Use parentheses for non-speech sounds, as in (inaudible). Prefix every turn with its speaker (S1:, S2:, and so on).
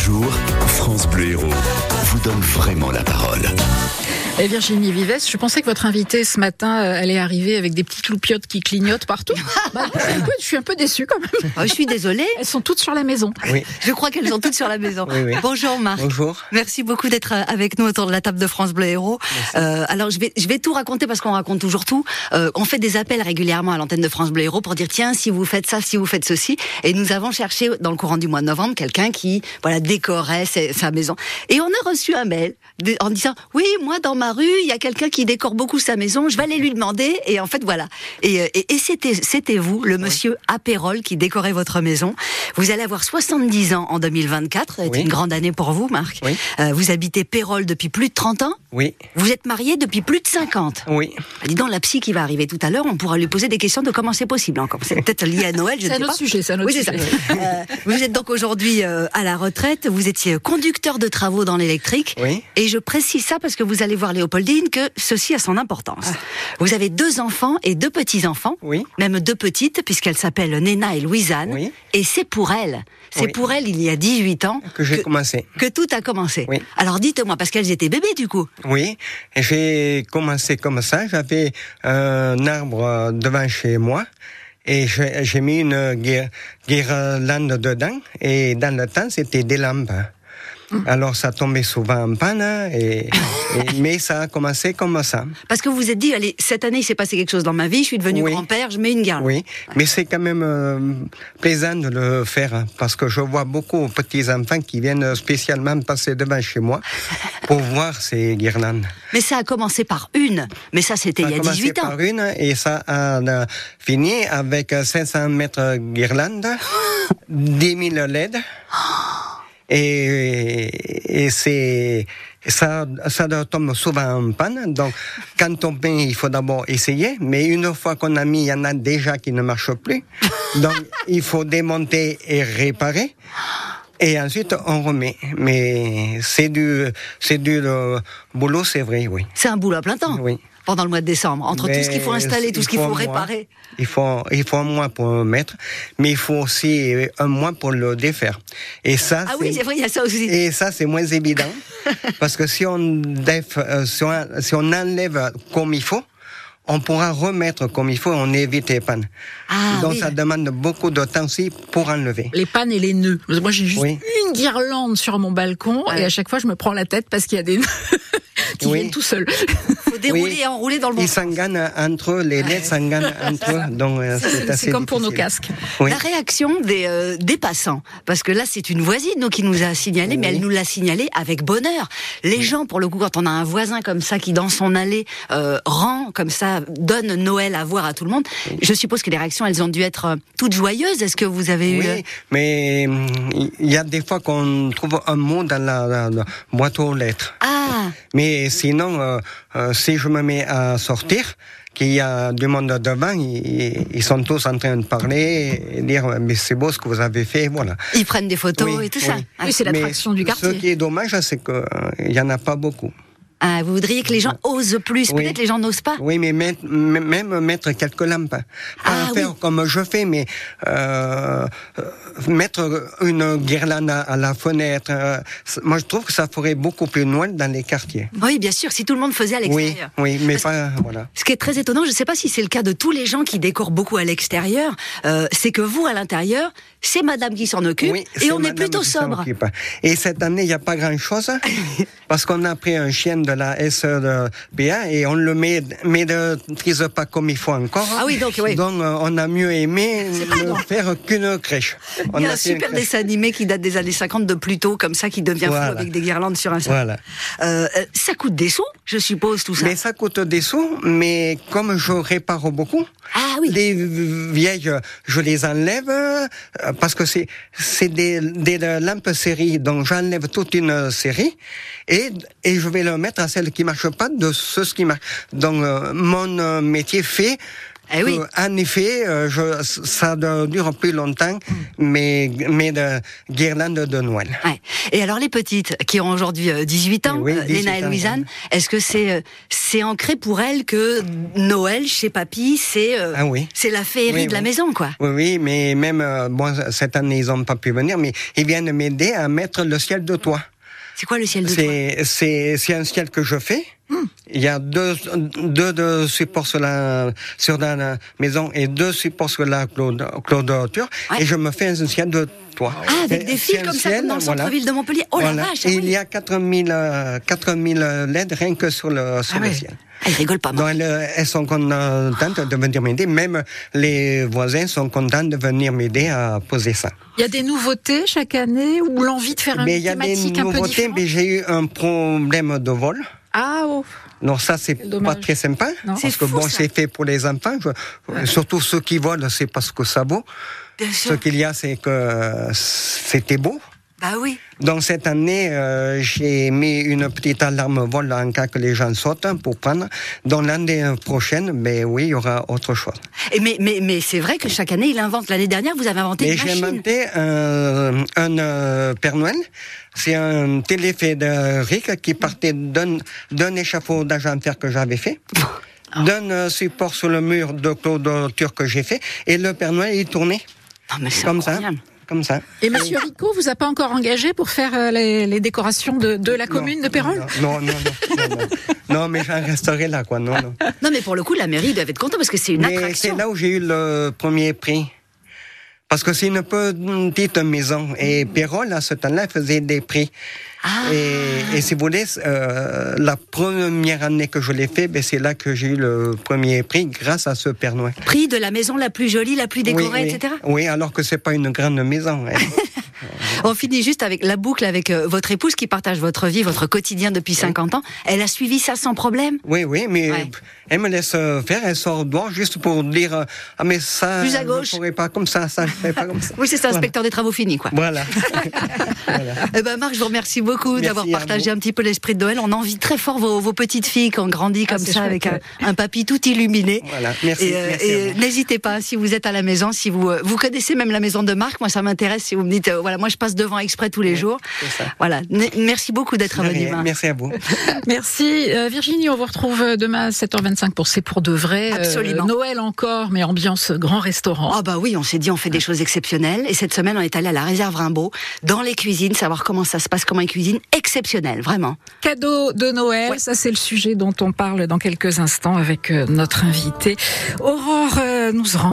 S1: jours, France Bleu Héros vous donne vraiment la parole.
S2: Et Eh, Virginie Vives, je pensais que votre invitée ce matin euh, allait arriver avec des petites loupiottes qui clignotent partout. Bah, je, suis un peu, je suis un peu déçue quand même.
S3: Oh, je suis désolée,
S2: Elles sont toutes sur la maison.
S3: je crois qu'elles sont toutes sur la maison.
S4: Oui, oui.
S3: Bonjour Marc.
S4: Bonjour.
S3: Merci beaucoup d'être euh, avec nous autour de la table de France Bleu Héros. Euh, alors je vais je vais tout raconter parce qu'on raconte toujours tout. Euh, on fait des appels régulièrement à l'antenne de France Bleu Héros pour dire tiens si vous faites ça, si vous faites ceci. Et nous avons cherché dans le courant du mois de novembre quelqu'un qui voilà décorait sa, sa maison. Et on a reçu un mail de- en disant oui moi dans ma rue il y a quelqu'un qui décore beaucoup sa maison. Je vais aller lui demander. Et en fait voilà. Et, euh, et, et c'était c'était vous le monsieur Apérol qui décorait votre maison. Vous allez avoir 70 ans en 2024. C'est
S4: Oui.
S3: une grande année pour vous Marc.
S4: Oui.
S3: Euh, vous habitez Pérol depuis plus de 30 ans
S4: Oui,
S3: Vous êtes marié depuis plus de 50
S4: oui.
S3: Dis donc, la psy qui va arriver tout à l'heure, on pourra lui poser des questions de comment c'est possible encore. C'est peut-être lié à Noël, je
S2: C'est
S3: ne
S2: un
S3: sais
S2: autre
S3: pas.
S2: sujet, c'est un autre
S3: Oui, c'est ça.
S2: sujet.
S3: Euh, vous êtes donc aujourd'hui euh, à la retraite, vous étiez conducteur de travaux dans l'électrique.
S4: Oui.
S3: Et je précise ça parce que vous allez voir Léopoldine que ceci a son importance. Vous avez deux enfants et deux petits-enfants.
S4: Ah. Oui.
S3: Même deux petites, puisqu'elles s'appellent Néna et Louisanne.
S4: Oui.
S3: Et c'est pour elles. C'est
S4: Oui.
S3: pour elles, il y a 18 ans,
S4: Que j'ai
S3: que-
S4: commencé.
S3: que tout a commencé.
S4: Oui.
S3: Alors dites-moi, parce qu'elles étaient bébés du coup.
S4: Oui. Et J'ai commencé comme ça. J'avais un arbre euh, devant chez moi. Et j'ai j'ai mis une guir- guirlande dedans. Et dans le temps, c'était des lampes. Alors ça tombait souvent en panne. hein, Et, et- mais ça a commencé comme ça.
S3: Parce que vous vous êtes dit, allez, cette année, il s'est passé quelque chose dans ma vie, je suis devenu
S4: Oui.
S3: grand-père, je mets une garde.
S4: Oui, mais c'est quand même euh, plaisant de le faire hein, parce que je vois beaucoup de petits enfants qui viennent spécialement passer devant chez moi pour voir ces guirlandes.
S3: Mais ça a commencé par une. Mais ça, c'était
S4: Ça
S3: il y a
S4: commencé
S3: 18 ans.
S4: par une et ça a euh, fini avec euh, 500
S3: (gasps)
S4: mètres guirlandes, 10 000 LED. Et, et c'est ça, ça tombe souvent en panne. Donc, quand on peint, il faut d'abord essayer. Mais une fois qu'on a mis, il y en a déjà qui ne marchent
S3: (laughs)
S4: plus. Donc, il faut démonter et réparer. Et ensuite, on remet. Mais c'est du, c'est du euh, boulot, c'est vrai, oui.
S3: C'est un boulot à plein temps.
S4: Oui.
S3: Pendant le mois de décembre, entre tout ce qu'il faut
S4: Mais
S3: installer, tout
S4: il
S3: ce qu'il faut,
S4: un mois.
S3: réparer.
S4: Il faut, il faut un mois pour mettre, mais il faut aussi un mois pour le défaire. Et ça,
S3: Ah oui, c'est vrai, il y a ça aussi.
S4: et ça, c'est moins évident.
S3: (laughs)
S4: parce que si on, déf- euh, si, on, si on enlève comme il faut, on pourra remettre comme il faut, on évite les pannes.
S3: Ah
S4: Donc
S3: oui.
S4: ça demande beaucoup de temps aussi pour enlever.
S2: Les pannes et les nœuds. Moi, j'ai juste
S4: Oui.
S2: une guirlande sur mon balcon et à chaque fois, je me prends la tête parce qu'il y a des nœuds (laughs) qui
S4: Oui.
S2: viennent tout seuls.
S3: faut dérouler
S4: Oui.
S3: et enrouler dans le bon
S4: Ils
S3: sens.
S4: s'enganent entre eux, les lettres s'enganent entre eux. Donc euh, c'est
S2: (laughs) C'est
S4: assez
S2: comme pour nos
S4: difficile.
S2: casques.
S4: Oui.
S3: La réaction des, euh, des passants, parce que là c'est une voisine donc, qui nous a signalé, mais
S4: Oui.
S3: elle nous l'a signalé avec bonheur. Les gens, pour le coup, quand on a un voisin comme ça qui dans son allée euh, rend comme ça, donne Noël à voir à tout le monde, je suppose que les réactions elles ont dû être euh, toutes joyeuses. Est-ce que vous avez eu euh,
S4: Oui, mais hum, il y a des fois qu'on trouve un mot dans la, la- la boîte aux lettres.
S3: Ah,
S4: Mais sinon, euh, euh, si je me mets à sortir, qu'il y a du monde devant, ils, ils sont tous en train de parler et dire euh, mais c'est beau ce que vous avez fait, voilà.
S3: ils prennent des photos
S4: Oui,
S3: et tout ça.
S4: oui.
S3: Ah,
S2: Oui, c'est
S4: Mais
S2: l'attraction du quartier.
S4: Ce qui est dommage, c'est qu'il n'y en a pas beaucoup.
S3: Ah, vous voudriez que les gens osent plus.
S4: Oui.
S3: Peut-être les gens n'osent pas.
S4: Oui, mais met- m- même mettre quelques lampes. Pas
S3: Ah,
S4: faire
S3: oui.
S4: comme je fais, mais euh, euh, mettre une guirlande à, à la fenêtre. euh, c- moi, je trouve que ça ferait beaucoup plus Noël dans les quartiers.
S3: Oui, bien sûr, si tout le monde faisait à
S4: Oui,
S3: l'extérieur.
S4: oui, mais
S3: Parce-
S4: pas voilà.
S3: Ce qui est très étonnant, je ne sais pas si c'est le cas de tous les gens qui décorent beaucoup à l'extérieur, euh, c'est que vous, à l'intérieur, c'est madame qui s'en occupe
S4: Oui,
S3: et
S4: c'est
S3: on est
S4: madame
S3: plutôt
S4: qui s'en
S3: sobre.
S4: occupe. Et cette année, il n'y a pas grand-chose
S3: (laughs)
S4: parce qu'on a pris un chien de la SEPA et on le met, mais ne trise pas comme il faut encore.
S3: Ah oui, donc, oui.
S4: Donc, euh, on a mieux aimé ne faire qu'une crèche. On
S3: Il y a
S4: a
S3: un
S4: fait une
S3: super
S4: crèche.
S3: dessin animé qui date des années 50 de Pluto, comme ça, qui devient
S4: Voilà.
S3: fou avec des guirlandes sur un sol.
S4: Voilà.
S3: Euh, euh, ça coûte des sous, je suppose, tout ça.
S4: Mais ça coûte des sous, mais comme je répare beaucoup,
S3: Ah oui.
S4: les vieilles, je les enlève euh, parce que c'est c'est des, des lampes série, donc j'enlève toute une série et, et je vais le mettre à celle qui marche pas de ce ce qui marche. Donc euh, mon euh, métier fait
S3: Eh oui.
S4: que, en effet, euh, je, ça ne dure plus longtemps,
S3: Hmm.
S4: mais mes, de guirlandes de Noël.
S3: Ouais. Et alors les petites qui ont aujourd'hui euh, 18 ans,
S4: Eh oui,
S3: euh,
S4: 18
S3: Léna et
S4: ans,
S3: Louisanne,
S4: ouais.
S3: est-ce que c'est euh, c'est ancré pour elles que Noël chez papy, c'est euh,
S4: Ah oui.
S3: c'est la féerie
S4: Oui,
S3: de la
S4: oui.
S3: maison quoi.
S4: Oui, oui, mais même, euh, bon, cette année, ils n'ont pas pu venir, mais ils viennent m'aider à mettre le ciel de toit.
S3: C'est quoi le ciel de Hmm. toit
S4: C'est, c'est, c'est un ciel que je fais. Il y a deux, deux, deux supports sur la, sur la maison et deux supports sur la clôture. clôture.
S3: Ouais.
S4: Et je me fais un ciel de toit.
S3: Ah, avec
S4: Et
S3: des
S4: c'est
S3: fils
S4: un
S3: comme ça,
S4: ciel,
S3: comme dans le
S4: voilà.
S3: centre-ville de Montpellier. Oh
S4: Voilà.
S3: la vache, ah
S4: Et
S3: oui.
S4: Il y a 4000, euh, 4000 LED rien que sur le, sur
S2: Ah
S4: le
S2: ouais.
S4: ciel.
S3: Ah, ils rigolent pas. moi.
S4: Donc elles, elles sont contentes de venir m'aider. Même les voisins sont contents de venir m'aider à poser ça.
S2: Il y a des nouveautés chaque année ou l'envie de faire un
S4: Mais il y a des
S2: thématique un peu
S4: nouveautés,
S2: différente
S4: mais j'ai eu un problème de vol.
S2: Ah, oh.
S4: Non, ça, c'est
S2: Quel dommage.
S4: pas très sympa.
S2: Non.
S3: C'est
S4: Parce que
S3: fou,
S4: bon,
S3: ça.
S4: c'est fait pour les enfants. Je- Surtout ceux qui volent, c'est parce que ça vaut.
S3: Bien sûr.
S4: Ce qu'il y a, c'est que euh, c'était beau.
S3: Bah oui.
S4: Donc, cette année, euh, j'ai mis une petite alarme vol en cas que les gens sautent hein, pour prendre. Dans l'année prochaine, mais oui, il y aura autre chose.
S3: Et mais mais mais c'est vrai que chaque année, il invente. L'année dernière, vous avez inventé
S4: Et
S3: une
S4: j'ai
S3: machine.
S4: inventé un, un euh, Père Noël. C'est un téléphérique qui partait d'un d'un échafaudage en fer que j'avais fait,
S3: Ah.
S4: d'un euh, support sur le mur de clôture que j'ai fait, et le Père Noël, il tournait
S3: Non, mais c'est
S4: comme
S3: incroyable.
S4: ça. Comme ça.
S2: Et Monsieur Rico, vous a pas encore engagé pour faire euh, les, les décorations de, de la commune
S4: Non,
S2: de Pérol
S4: Non, non, non. Non, non, Non, mais j'en resterai là, quoi. Non, non.
S3: Non, mais pour le coup, la mairie doit être contente parce que c'est une
S4: Mais
S3: attraction.
S4: c'est là où j'ai eu le premier prix. Parce que c'est une petite maison. Et Pérol, à ce temps-là, faisait des prix.
S3: Mm. Ah.
S4: Et, et si vous voulez, euh, la première année que je l'ai fait, ben, c'est là que j'ai eu le premier prix grâce à ce Père Noël.
S3: Prix de la maison la plus jolie, la plus décorée,
S4: oui,
S3: etc.
S4: Oui, Oui, alors que c'est pas une grande maison.
S3: (laughs)
S4: hein.
S3: On finit juste avec la boucle avec euh, votre épouse qui partage votre vie, votre quotidien depuis 50 ans. Elle a suivi ça sans problème
S4: oui, oui, mais
S3: Ouais.
S4: elle me laisse euh, faire, elle sort dehors juste pour dire euh, Ah, mais ça,
S3: Plus à
S4: je
S3: gauche.
S4: pourrais pas comme ça, ça, je ferais pas comme ça.
S3: Oui, c'est ça,
S4: Voilà.
S3: inspecteur des travaux finis, quoi. (laughs)
S4: Voilà.
S3: Eh ben, Marc, je vous remercie beaucoup
S4: Merci
S3: d'avoir
S4: à
S3: partagé
S4: vous.
S3: un petit peu l'esprit de Noël. On envie très fort vos, vos petites filles qui ont grandi comme
S2: Ah, c'est
S3: ça,
S2: chouette,
S3: avec un,
S2: ouais.
S3: un papy tout illuminé.
S4: Voilà. Merci,
S3: Et, euh,
S4: merci à
S3: et,
S4: vous.
S3: n'hésitez pas, si vous êtes à la maison, si vous, euh, vous connaissez même la maison de Marc, moi, ça m'intéresse si vous me dites, euh, voilà, moi, je passe devant exprès tous les jours.
S4: c'est ça.
S3: Voilà. N- merci beaucoup d'être venu, Marc.
S4: Merci à vous.
S2: Merci Euh, Virginie, on vous retrouve euh, demain à 7h25 pour C'est pour de vrai. Euh,
S3: Absolument.
S2: Noël encore, mais ambiance grand restaurant.
S3: Ah bah oui, on s'est dit on fait des choses exceptionnelles et cette semaine on est allé à la réserve Rimbaud dans les cuisines, savoir comment ça se passe, comment ils cuisinent, exceptionnel, vraiment.
S2: Cadeau de Noël,
S3: Ouais.
S2: ça c'est le sujet dont on parle dans quelques instants avec euh, notre invitée. Aurore euh, nous rend